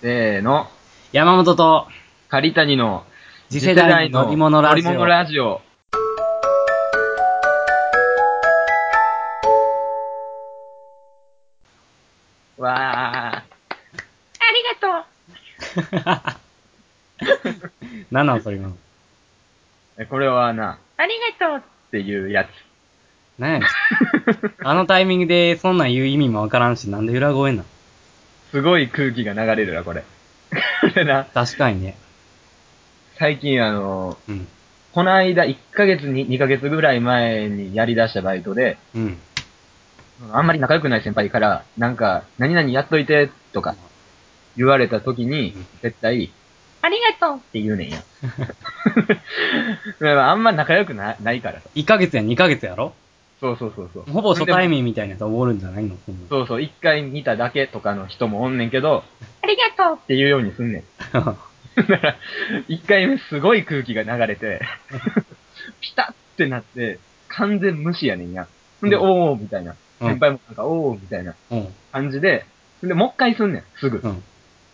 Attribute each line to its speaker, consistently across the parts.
Speaker 1: せーの。
Speaker 2: 山本と
Speaker 1: 狩谷の
Speaker 2: 次世代の乗り物ラジオ
Speaker 1: 乗り物ラジオ。わあ。ありがと
Speaker 2: 何なんそれ今の。
Speaker 1: う。これはな、
Speaker 3: ありがとう。
Speaker 1: っていうやつ。
Speaker 2: 何やねん。あのタイミングでそんなん言う意味もわからんし、なんで裏声なん
Speaker 1: すごい空気が流れるな、 これ。これな、
Speaker 2: 確かにね。
Speaker 1: 最近あの、
Speaker 2: うん。
Speaker 1: この間1ヶ月に、2ヶ月ぐらい前にやり出したバイトで、
Speaker 2: うん。
Speaker 1: あんまり仲良くない先輩から、なんか、何々やっといて、とか、言われた時に
Speaker 2: うん、
Speaker 1: 絶対、
Speaker 3: ありがとう。
Speaker 1: って言うねんや。 まああんま仲良くなないからさ。
Speaker 2: 1ヶ月や2ヶ月やろ
Speaker 1: そうそうそうそう。
Speaker 2: ほぼ初対
Speaker 1: 面。
Speaker 2: 面みたいなやつおるんじゃないのそんな
Speaker 1: そうそう、一回見ただけとかの人もおんねんけど、
Speaker 3: ありがとう。
Speaker 1: っていうようにすんねん。 だから、一回目すごい空気が流れて、ピタってなって、完全無視やねんや。ほんで、
Speaker 2: うん
Speaker 1: おーみたいな。
Speaker 2: うん
Speaker 1: 先輩もなんか、おーみたいな
Speaker 2: うん。
Speaker 1: 感じで、ほんで、もう一回すんねん、すぐ。
Speaker 2: うん。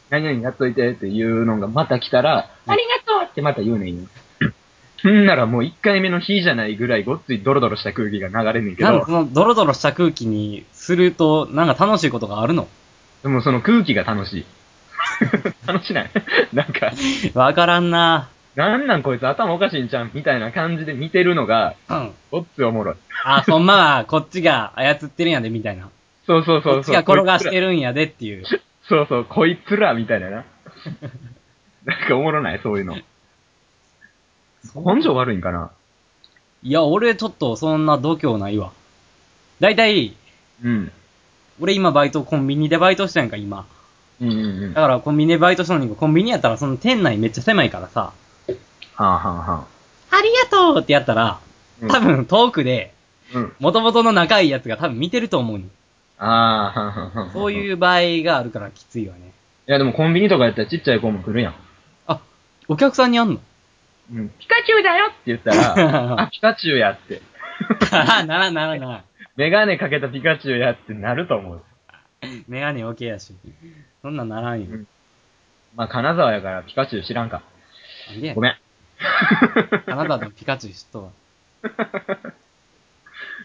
Speaker 1: 何々やっといてっていうのがまた来たら、
Speaker 2: うん
Speaker 3: ありがと
Speaker 1: ってまた言うねんよ。そんならもう一回目の日じゃないぐらいごっついドロドロした空気が流れんねんけ
Speaker 2: なん
Speaker 1: ど
Speaker 2: かそ、のドロドロした空気にすると、なんか楽しいことがあるの
Speaker 1: でもその空気が楽しい。 楽しない なんか、
Speaker 2: わからんな
Speaker 1: なんなんこいつ頭おかしいんちゃうんみたいな感じで見てるのが、
Speaker 2: うん。
Speaker 1: ごっついおもろい。
Speaker 2: あ、そんまは、こっちが操ってるんやで、みたいな。
Speaker 1: そうそうそうそう。
Speaker 2: こっちが転がしてるんやでっていう。
Speaker 1: そうそう、こいつらみたいなな。 なんかおもろない、そういうの。根性悪いんかない
Speaker 2: や、俺ちょっとそんな度胸ないわ。だいたい、
Speaker 1: うん。
Speaker 2: 俺今バイト、コンビニでバイトしてんか、今。
Speaker 1: うんうんうん。
Speaker 2: だ
Speaker 1: は
Speaker 2: からコンビニでバイトしたのに、コンビニやったらその店内めっちゃ狭いからさ、
Speaker 1: あ、はあはあ、
Speaker 2: ありがとうってやったら、
Speaker 1: うん
Speaker 2: 多分遠くで、
Speaker 1: うん。
Speaker 2: 元々の仲いいやつが多分見てると思うの。
Speaker 1: ああ、はあはあはあ。
Speaker 2: そう
Speaker 1: い
Speaker 2: いう場合があるからきついわね。
Speaker 1: やでもコンビニとかやったらちっちゃい子も来るやん。
Speaker 2: あ、お客さんにあんの
Speaker 1: うん。ピカチュウだよって言ったら、あ、 ピカチュウやって。
Speaker 2: あ ならならな
Speaker 1: メガネかけたピカチュウやってなると思う。
Speaker 2: ら。メガネ OK やし。そんなんならんよ。
Speaker 1: うんまあ、金沢やからピカチュウ知らんか。
Speaker 2: なんでやね
Speaker 1: ご
Speaker 2: ん
Speaker 1: めん。
Speaker 2: あなたのピカチュウ知っとうわ。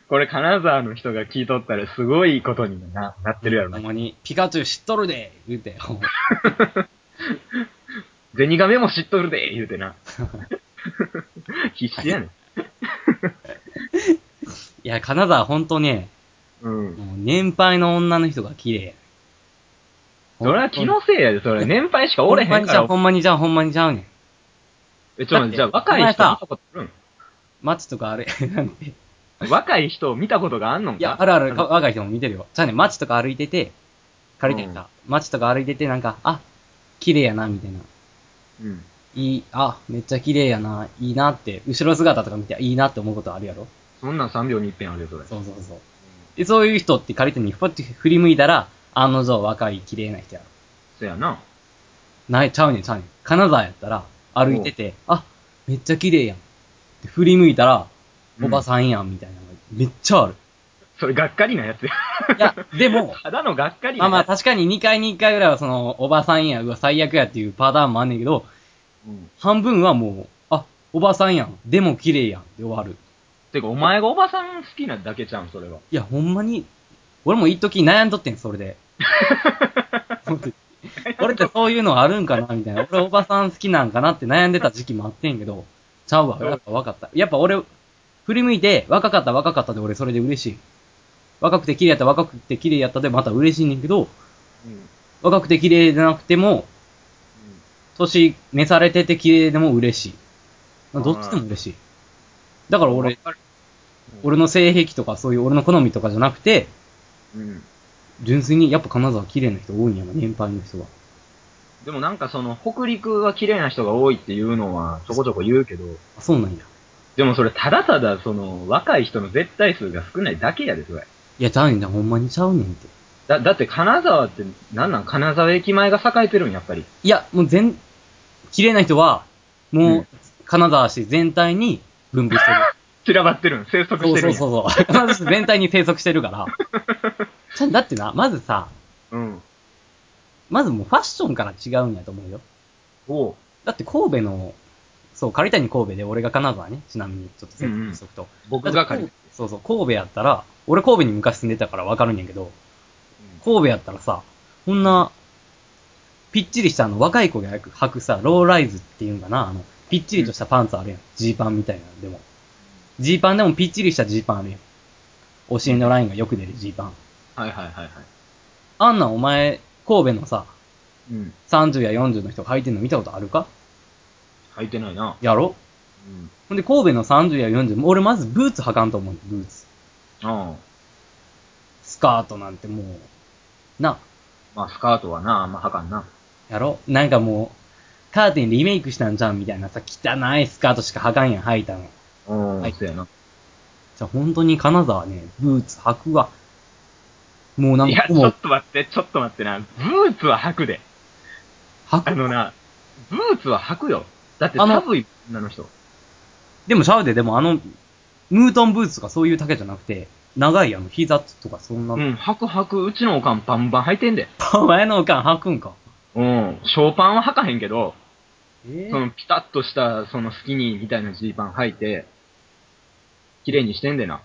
Speaker 1: これ金沢の人が聞いとったらすごいことにななってるやろ
Speaker 2: ほん
Speaker 1: な。
Speaker 2: まに、ピカチュウ知っとるで言うて。ほんま
Speaker 1: ゼニガメも知っとるで、言うて な。必死やねん。
Speaker 2: いや、金沢ほんとね、
Speaker 1: うん。
Speaker 2: もう年配の女の人が綺麗。
Speaker 1: それは気のせいやで、それ。年配しかおれへんか
Speaker 2: じゃ
Speaker 1: ら
Speaker 2: ほ。んまにじゃう、ほんまにじゃうねん。
Speaker 1: え、ちょっと待って、じゃあ若い人見たことある
Speaker 2: 街とかあれ、なん て。い
Speaker 1: ん若い人を見たことがあんのか
Speaker 2: や、あるある、か若い人も見てるよ。じゃあね、街とか歩いてて、借りて
Speaker 1: う
Speaker 2: た。街とか歩いてて、なんか、あ、綺麗やな、みたいな。
Speaker 1: うん。
Speaker 2: いい、あ、めっちゃ綺麗やな、いいなって、後ろ姿とか見て、いいなって思うことあるやろ。
Speaker 1: そんなん3秒に一遍あるよ、それ。
Speaker 2: そうそうそう。で、そういう人って借りてに、ふわって振り向いたら、案の定若い綺麗な人やろ。
Speaker 1: そやな。
Speaker 2: ない、ちゃうねん、ちゃうねん。金沢やったら、歩いてて、あ、めっちゃ綺麗やん。で振り向いたら、
Speaker 1: うん
Speaker 2: おばさんやん、みたいなのが、めっちゃある。
Speaker 1: それ、がっかりなやつや。
Speaker 2: いや、で も、
Speaker 1: ただのがっかり
Speaker 2: ま
Speaker 1: な
Speaker 2: あま
Speaker 1: や
Speaker 2: あ
Speaker 1: つ。
Speaker 2: 確かに2回に1回ぐらいはその、おばさんや、うわ、最悪やっていうパターンもあんねんけど、
Speaker 1: うん
Speaker 2: 半分はもう、あ、おばさんやん、でも綺麗やん、で終わる。
Speaker 1: てか、お前がおばさん好きなだけちゃうん、それは。
Speaker 2: いや、ほんまに、俺も一時悩んどってん、それ で。俺ってそういうのあるんかなみたいな。俺おばさん好きなんかなって悩んでた時期もあってんけど、ちゃうわ。やっぱ分かった。やっぱ俺、振り向いて、若かった若かったで俺それで嬉しい。若くて綺麗やった若くて綺麗やったでまた嬉しいねんけど、
Speaker 1: うん。
Speaker 2: 若くて綺麗じゃなくても、
Speaker 1: うん
Speaker 2: 年召されてて綺麗でも嬉しい。どっちでも嬉しい。だから俺、、俺の性癖とかそういう俺の好みとかじゃなくて、
Speaker 1: うん。
Speaker 2: 純粋にやっぱ金沢綺麗な人多いんやな、年配の人は。
Speaker 1: でもなんかその、北陸は綺麗な人が多いっていうのはちょこちょこ言うけど、
Speaker 2: あそうなんや。
Speaker 1: でもそれただただその、若い人の絶対数が少ないだけやで、それ。
Speaker 2: いや、ちゃうねんだ、ほんまにちゃうねんって。
Speaker 1: だ、だって金沢って、なんなん金沢駅前が栄えてるん、やっぱり。
Speaker 2: いや、もう全、綺麗な人は、
Speaker 1: う
Speaker 2: も
Speaker 1: ん
Speaker 2: う、金沢市全体に分布し てる。
Speaker 1: 散らばってるん、生息
Speaker 2: そ
Speaker 1: し
Speaker 2: う
Speaker 1: てるん
Speaker 2: そう
Speaker 1: や。
Speaker 2: そうそう。金沢市全体に生息してるから。ちゃんだってな、まずさ、
Speaker 1: うん。
Speaker 2: まずもうファッションから違うんやと思うよ。
Speaker 1: おう
Speaker 2: だって神戸の、そう、借りたに神戸で、俺が金沢ね、ちなみに、ちょっと説明しとくと。
Speaker 1: 僕が借り
Speaker 2: だってそうそう、神戸やったら、俺神戸に昔住んでたからわかるんやけど、神戸やったらさ、こんな、ぴっちりしたあの、若い子が履くさ、ローライズっていうんかな、あの、ぴっちりとしたパンツあるやん。ジーパンみたいなのでも。ジーパンでもぴっちりしたジーパンあるやん。お尻のラインがよく出るジーパン。
Speaker 1: はいはいはいはい。
Speaker 2: あんなんお前、神戸のさ、
Speaker 1: うん。
Speaker 2: 30や40の人が履いてんの見たことあるか
Speaker 1: 履いてないな。
Speaker 2: やろ
Speaker 1: うん。
Speaker 2: ほんで、神戸の30や40、俺まずブーツ履かんと思うよブーツ。
Speaker 1: ああ。
Speaker 2: スカートなんてもう、な、
Speaker 1: まあ、スカートはな、あんま履かんな。
Speaker 2: やろなんかもう、カーテンリメイクしたんじゃんみたいなさ、汚いスカートしか履かんやん、履いたの。
Speaker 1: うん。
Speaker 2: はい
Speaker 1: そうやな。
Speaker 2: じゃあ本当に金沢ね、ブーツ履くわ。もうなん
Speaker 1: いや、
Speaker 2: か、
Speaker 1: ちょ
Speaker 2: もう
Speaker 1: っ、と待って、ちょっと待ってな。ブーツは履くで。
Speaker 2: 履
Speaker 1: あ
Speaker 2: く。
Speaker 1: のな、ブーツは履くよ。だって
Speaker 2: あの
Speaker 1: 寒い、女の人。
Speaker 2: でもちゃうで、でもあの、ムートンブーツとかそういう丈じゃなくて、長いあの、膝とかそんな、
Speaker 1: うん、履く履く。うちのおかんバンバン履いてんで。
Speaker 2: お前のおかん履くんか。
Speaker 1: うん。ショーパンは履かへんけど、
Speaker 2: え
Speaker 1: そのピタッとした、そのスキニーみたいなジーパン履いて、綺麗にしてんでな。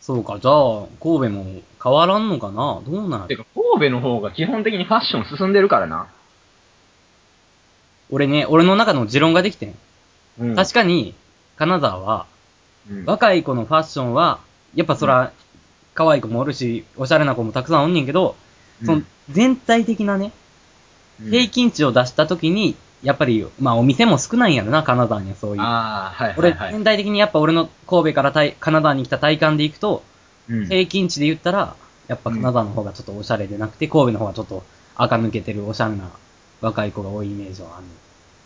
Speaker 2: そうか、じゃあ、神戸も変わらんのかなどうなんや
Speaker 1: てか、神戸の方が基本的にファッション進んでるからな。
Speaker 2: 俺ね、俺の中の持論ができてん。
Speaker 1: うん。
Speaker 2: 確かに、金沢は、
Speaker 1: うん
Speaker 2: 若い子のファッションは、やっぱそら、可愛い子もおるし、おしゃれな子もたくさんおんねんけど、その、全体的なね、
Speaker 1: うん
Speaker 2: 平均値を出した時に、やっぱり、まあお店も少ないんやろな、金沢にはそういう。
Speaker 1: ああ、はいは
Speaker 2: 俺、
Speaker 1: いはい。
Speaker 2: 全体的にやっぱ俺の神戸からたい金沢に来た体感で行くと、
Speaker 1: うん
Speaker 2: 平均値で言ったら、やっぱ金沢の方がちょっとおしゃれでなくて、神戸の方がちょっと垢抜けてるおしゃれな若い子が多いイメージはあ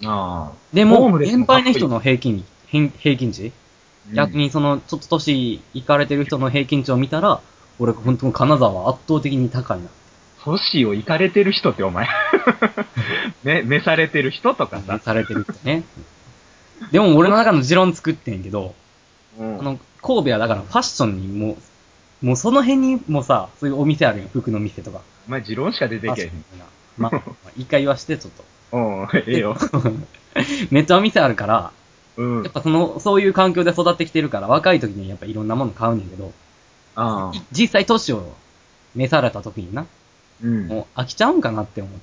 Speaker 2: るの。
Speaker 1: ああ。
Speaker 2: で
Speaker 1: ホー
Speaker 2: も、
Speaker 1: ムレス
Speaker 2: 年
Speaker 1: もかっ
Speaker 2: 配
Speaker 1: こい
Speaker 2: の
Speaker 1: い
Speaker 2: 人の平均、平平均値逆にその、ちょっと年いかれてる人の平均値を見たら、俺、本当に金沢は圧倒的に高いな。
Speaker 1: 都市を行かれてる人ってお前。 ね、召されてる人とかさ。
Speaker 2: されてるってね。でも俺の中の持論作ってんけど、
Speaker 1: うん
Speaker 2: あの、神戸はだからファッションにもう、もうその辺にもさ、そういうお店あるよ。服の店とか。
Speaker 1: お前、持論しか出てけ
Speaker 2: ファッションみたいなまあ、まあ一回言わして、ちょっと。
Speaker 1: えへん。うん、ええよ。
Speaker 2: めっちゃお店あるから、
Speaker 1: うん
Speaker 2: やっ。ぱその、そういう環境で育ってきてるから、若い時にやっぱいろんなもの買うねんけど、
Speaker 1: ああ。
Speaker 2: い実際年を召された時にな、
Speaker 1: うん。
Speaker 2: もう飽きちゃうんかなって思って。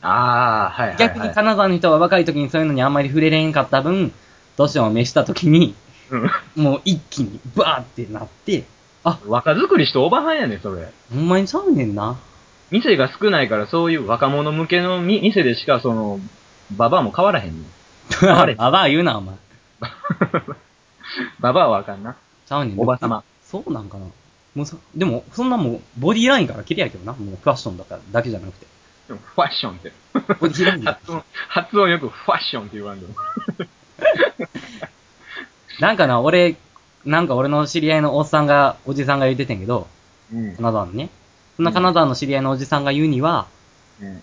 Speaker 1: ああ、はいはい、はい。
Speaker 2: 逆に金沢の人は若い時にそういうのにあんまり触れれんかった分、年を召した時に、
Speaker 1: うん
Speaker 2: もう一気にバーってなって、あ、
Speaker 1: 若作りしておばはんやねん、それ。
Speaker 2: ほんまにちゃうねんな。
Speaker 1: 店が少ないから、そういう若者向けのみ店でしか、その、ババアも変わらへんねん。
Speaker 2: あ
Speaker 1: れ
Speaker 2: ババア言うな、お前。
Speaker 1: ババアはあかんな。
Speaker 2: ちゃうねん。
Speaker 1: おばさま。
Speaker 2: そうなんかな。もうそ、でも、そんなもう、ボディラインから切りやけどな。もうファッションだから、だけじゃなくて。
Speaker 1: でもファッションって。
Speaker 2: ボディライ ンだ
Speaker 1: 発音、発音よくファッションって言わんでも。
Speaker 2: なんかな、俺、なんか俺の知り合いのおっさんが、おじさんが言っててんけど、
Speaker 1: うん。
Speaker 2: 金沢のね。そんな金沢の知り合いのおじさんが言うには、
Speaker 1: うん。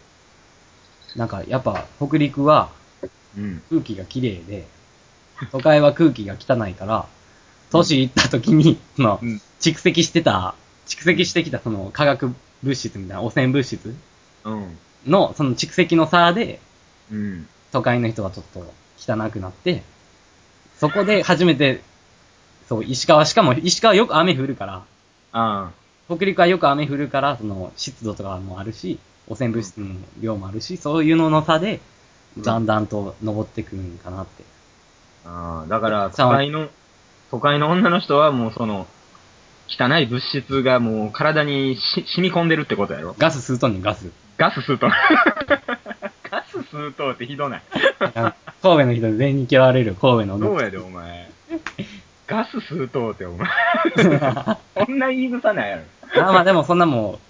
Speaker 2: なんかやっぱ北陸は
Speaker 1: うん。
Speaker 2: 空気が綺麗で、都会は空気が汚いから、都市行った時に、その
Speaker 1: うん、
Speaker 2: 蓄積してた、蓄積してきたその化学物質みたいな、汚染物質
Speaker 1: うん。
Speaker 2: の、その蓄積の差で、
Speaker 1: うん。
Speaker 2: 都会の人はちょっと汚くなって、そこで初めて、そう、石川、しかも石川よく雨降るから、
Speaker 1: あ
Speaker 2: 北陸はよく雨降るから、その湿度とかもあるし、汚染物質の量もあるし、そういうのの差で、
Speaker 1: うん
Speaker 2: だんだんと登ってくるんかなって。
Speaker 1: あ。ああ。だから、
Speaker 2: さ
Speaker 1: 都
Speaker 2: あ
Speaker 1: 会の、都会の女の人はもうその、汚い物質がもう体にし染み込んでるってことやろ
Speaker 2: ガス吸うとんねん、ガス。
Speaker 1: ガス 吸うと。ガス吸うとってひどない。
Speaker 2: なんか神戸の人全員に嫌われる、神戸の
Speaker 1: ど
Speaker 2: 女。
Speaker 1: うやで、お前。ガス吸うとって、 お前。そんな言い草ないや
Speaker 2: あまあでもそんなも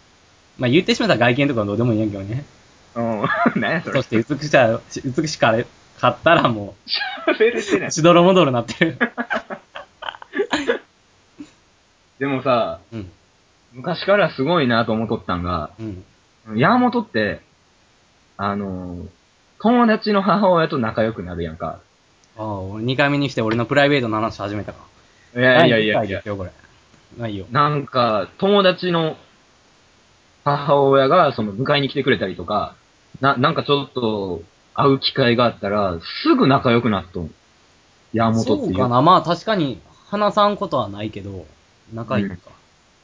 Speaker 2: う、まあ言ってしまったら外見とかどうでもいいんやけどね。
Speaker 1: ろ。うん。何やそ
Speaker 2: そ
Speaker 1: れ。
Speaker 2: して美しさ、美しかれ、買ったらも
Speaker 1: 喋れてな
Speaker 2: う、
Speaker 1: い。
Speaker 2: しどろもどろなってる。
Speaker 1: でもさ、
Speaker 2: うん。
Speaker 1: 昔からすごいなと思っとったんが、
Speaker 2: うん。
Speaker 1: 山本って、あのー、友達の母親と仲良くなるやんか。
Speaker 2: ああ、俺2回目にして俺のプライベートの話始めたか。
Speaker 1: いやいやいや
Speaker 2: 第
Speaker 1: い
Speaker 2: 二回で
Speaker 1: や
Speaker 2: す。よ、これ。ないよ。
Speaker 1: なんか、友達の母親がその迎えに来てくれたりとか、な、なんかちょっと会う機会があったら、すぐ仲良くなっとん。山本って
Speaker 2: そ
Speaker 1: いうう。
Speaker 2: かな。まあ確かに話さんことはないけど、仲いいのか。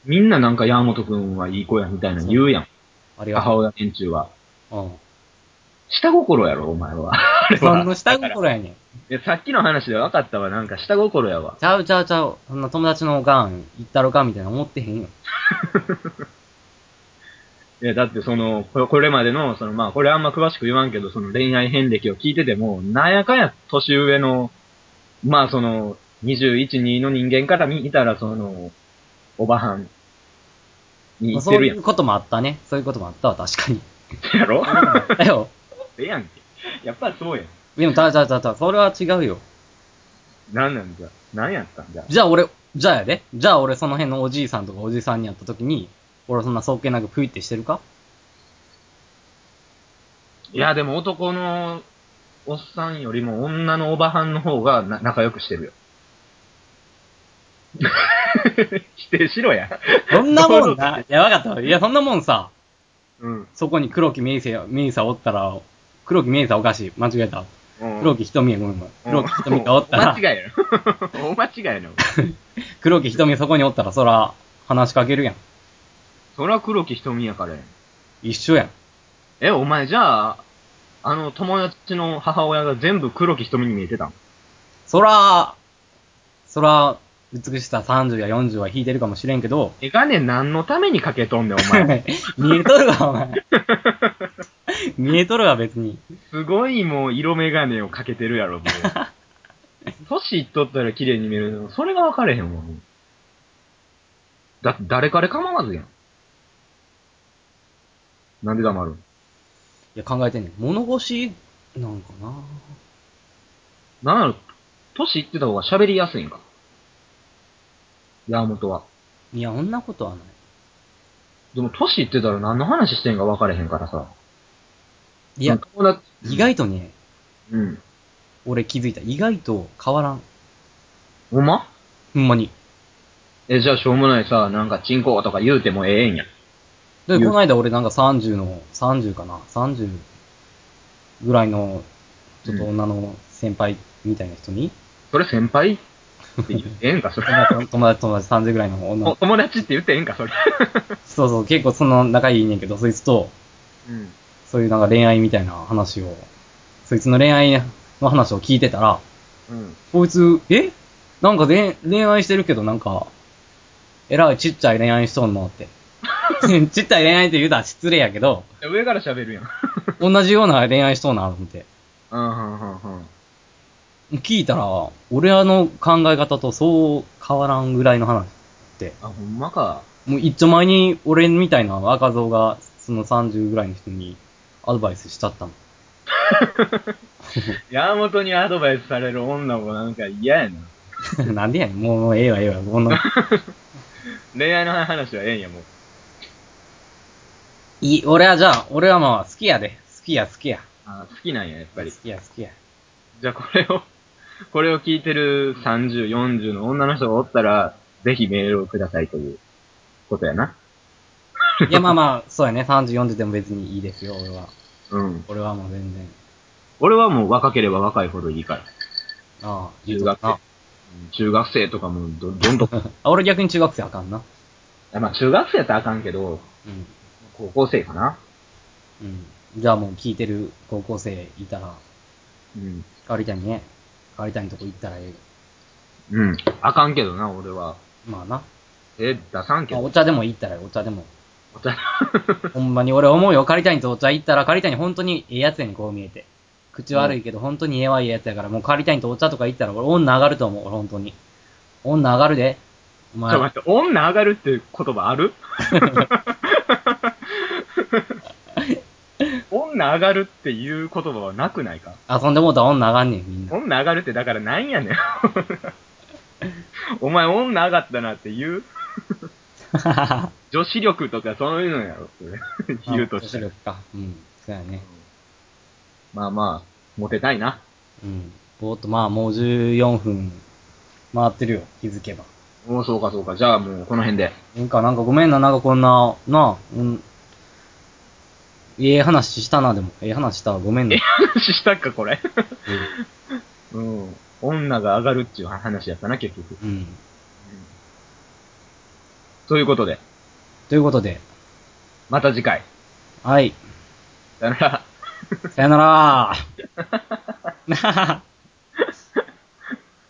Speaker 1: みんななんか山本くんはいい子やみたいなの言うやん。
Speaker 2: ありが
Speaker 1: 母
Speaker 2: と
Speaker 1: 親連中は。
Speaker 2: う。うん。
Speaker 1: 下心やろ、お前は。あれ
Speaker 2: そ
Speaker 1: は。
Speaker 2: んな下心やねん。
Speaker 1: いや、さっきの話で分かったわ。なんか下心やわ。
Speaker 2: ちゃうちゃうちゃう。そんな友達のガン行ったろかみたいな思ってへんよ。
Speaker 1: いや、だってその、ここれまでの、その、まあ、これあんま詳しく言わんけど、その恋愛遍歴を聞いてても、なんやかんや年上の、まあその、21、2の人間から見たら、その、おばはんに行
Speaker 2: まあ
Speaker 1: っ
Speaker 2: そ
Speaker 1: て
Speaker 2: う
Speaker 1: る
Speaker 2: い
Speaker 1: やん
Speaker 2: う。こともあったね。そういうこともあったわ、確かに。
Speaker 1: やろ
Speaker 2: だよ。
Speaker 1: ええやんけ。やっぱりそうやん。
Speaker 2: でも、ちゃうちゃうちゃうちゃう。それは違うよ。
Speaker 1: なんなんじゃ。なんやったんじゃ。
Speaker 2: じゃあ俺、じゃあやで。じゃあ俺その辺のおじいさんとかおじさんに会った時に、俺そんな尊敬なくプイってしてるか
Speaker 1: いや、でも男のおっさんよりも女のおばはんの方がな仲良くしてるよ。 否定しろや。
Speaker 2: そんなも んな。いや、わかったわ。いや、そんなもんさ、
Speaker 1: うん。
Speaker 2: そこに黒木メイサ、メイサおったら、黒木メイサおかしい。間違えた。黒
Speaker 1: 黒
Speaker 2: 木瞳や、ごめんごめん。黒木瞳がおったら、
Speaker 1: 間違いやろ。お間違いやろ。
Speaker 2: 黒木瞳そこにおったら、そら、話しかけるやん。
Speaker 1: そら黒木瞳やからやん。
Speaker 2: 一緒やん。
Speaker 1: え、お前じゃあ、あの友達の母親が全部黒木瞳に見えてたん
Speaker 2: そら、そら、美しさ30や40は引いてるかもしれんけど、
Speaker 1: メガネ何のためにかけとんねん、お 前。
Speaker 2: 見えとるわ、お前。見えとるわ、別に。
Speaker 1: すごいもう色メガネをかけてるやろ、もう。年いっとったら綺麗に見えるの、それが分かれへんわ、もう。だって誰彼構わずやん。なんで黙るん
Speaker 2: いや、考えてんねん。物腰なんかな
Speaker 1: なんなら、年いってた方が喋りやすいんか。山本は。
Speaker 2: いや、そんなことはない。
Speaker 1: でも、年いってたら何の話してんか分かれへんからさ。
Speaker 2: いや、
Speaker 1: 友達、
Speaker 2: 意外とね、
Speaker 1: うん。
Speaker 2: 俺気づいた。意外と変わらん。
Speaker 1: ほんま
Speaker 2: ほんまに。
Speaker 1: え、じゃあしょうもないさ、なんかチンコとか言うてもええんや。
Speaker 2: で、
Speaker 1: う
Speaker 2: こ
Speaker 1: ん
Speaker 2: の間俺なんか30の、30かな ?30 ぐらいの、ちょっと女の先輩みたいな人に、
Speaker 1: それ先輩って言ってええんか、それ。
Speaker 2: 友達、 友達、友達30ぐらいの女
Speaker 1: お
Speaker 2: の、
Speaker 1: 友達って言ってええんか、それ。
Speaker 2: そうそう、結構その仲いいねんけど、そいつと、
Speaker 1: うん。
Speaker 2: そういうなんか恋愛みたいな話を、そいつの恋愛の話を聞いてたら、
Speaker 1: うん。
Speaker 2: こいつ、えなんかで恋愛してるけどなんか、えらいちっちゃい恋愛しとんのって。ちっちゃい恋愛って言うたら失礼やけど、
Speaker 1: 上から喋るやん。
Speaker 2: 同じような恋愛しとんなと思って。
Speaker 1: うん、うん、うん、うん。
Speaker 2: 聞いたら、俺らの考え方とそう変わらんぐらいの話って。
Speaker 1: あ、ほんまか。
Speaker 2: もう一丁前に俺みたいな若造が、その30ぐらいの人にアドバイスしちゃったの。
Speaker 1: 山本にアドバイスされる女もなんか嫌やな。
Speaker 2: なんでやねん、もうええわええわ、こんな。
Speaker 1: 恋愛の話はええんや、もう。
Speaker 2: いい、俺はじゃあ、俺はまあ好きやで。好きや好きや。
Speaker 1: あ好きなんや、やっぱ
Speaker 2: 好
Speaker 1: り。
Speaker 2: きや好きや。
Speaker 1: じゃあこれを、 これを聞いてる30、40の女の人がおったら、ぜひメールをくださいということやな。
Speaker 2: いやまあまあ、そうやね。30、40でも別にいいですよ、俺は。
Speaker 1: うん。
Speaker 2: 俺はもう全然。
Speaker 1: 俺はもう若ければ若いほどいいから。
Speaker 2: ああ、
Speaker 1: 中
Speaker 2: とっ
Speaker 1: 学
Speaker 2: たな
Speaker 1: 生。。中学生とかもど、どん どん。
Speaker 2: あ、俺逆に中学生あかんな。
Speaker 1: あまあ中学生やったらあかんけど、
Speaker 2: うん。
Speaker 1: 高校生かな。
Speaker 2: うん。じゃあもう聞いてる高校生いたら、
Speaker 1: うん。
Speaker 2: 変わりたいね。変わりたいとこ行ったらええ。
Speaker 1: うん。あかんけどな、俺は。
Speaker 2: まあな。
Speaker 1: え、出さんけ
Speaker 2: まあお
Speaker 1: ど。
Speaker 2: 茶でも行ったらええお茶でも。
Speaker 1: お茶
Speaker 2: ほんまに俺思うよ。借りたいとお茶行ったら、借りたいに本当にええやつやねん、こう見えて。口悪いけど、本当にええはいいやつやから、もう借りたいとお茶とか行ったら、俺女上がると思う、俺本当に。女上がるで。
Speaker 1: ちょ、
Speaker 2: お前、
Speaker 1: 待って、女上がるっていう言葉ある女上がるっていう言葉はなくないか
Speaker 2: 遊んでもうたら女上がんねん、みんな。
Speaker 1: 女上がるってだからなんやねん。お前女上がったなって言う女子力とかそういうのやろ、それ。 言うとした
Speaker 2: 女
Speaker 1: ら。
Speaker 2: 子力か。うん。そうやね。
Speaker 1: まあまあ、モテたいな。
Speaker 2: うん。ぼーっと、まあもう14分回ってるよ、気づけば。
Speaker 1: おお、そうかそうか。じゃあもうこの辺で。
Speaker 2: なんか、なんかごめんな、なんかこんな、なあ、うん、ええ話したな、でも。ええ話したわ。ごめんね。
Speaker 1: 話したっか、これ。
Speaker 2: うん
Speaker 1: うん。女が上がるっていう話やったな、結局。
Speaker 2: うん。
Speaker 1: ということで、
Speaker 2: ということで、
Speaker 1: また次回。
Speaker 2: はい。
Speaker 1: さよなら。
Speaker 2: 啊さよなら。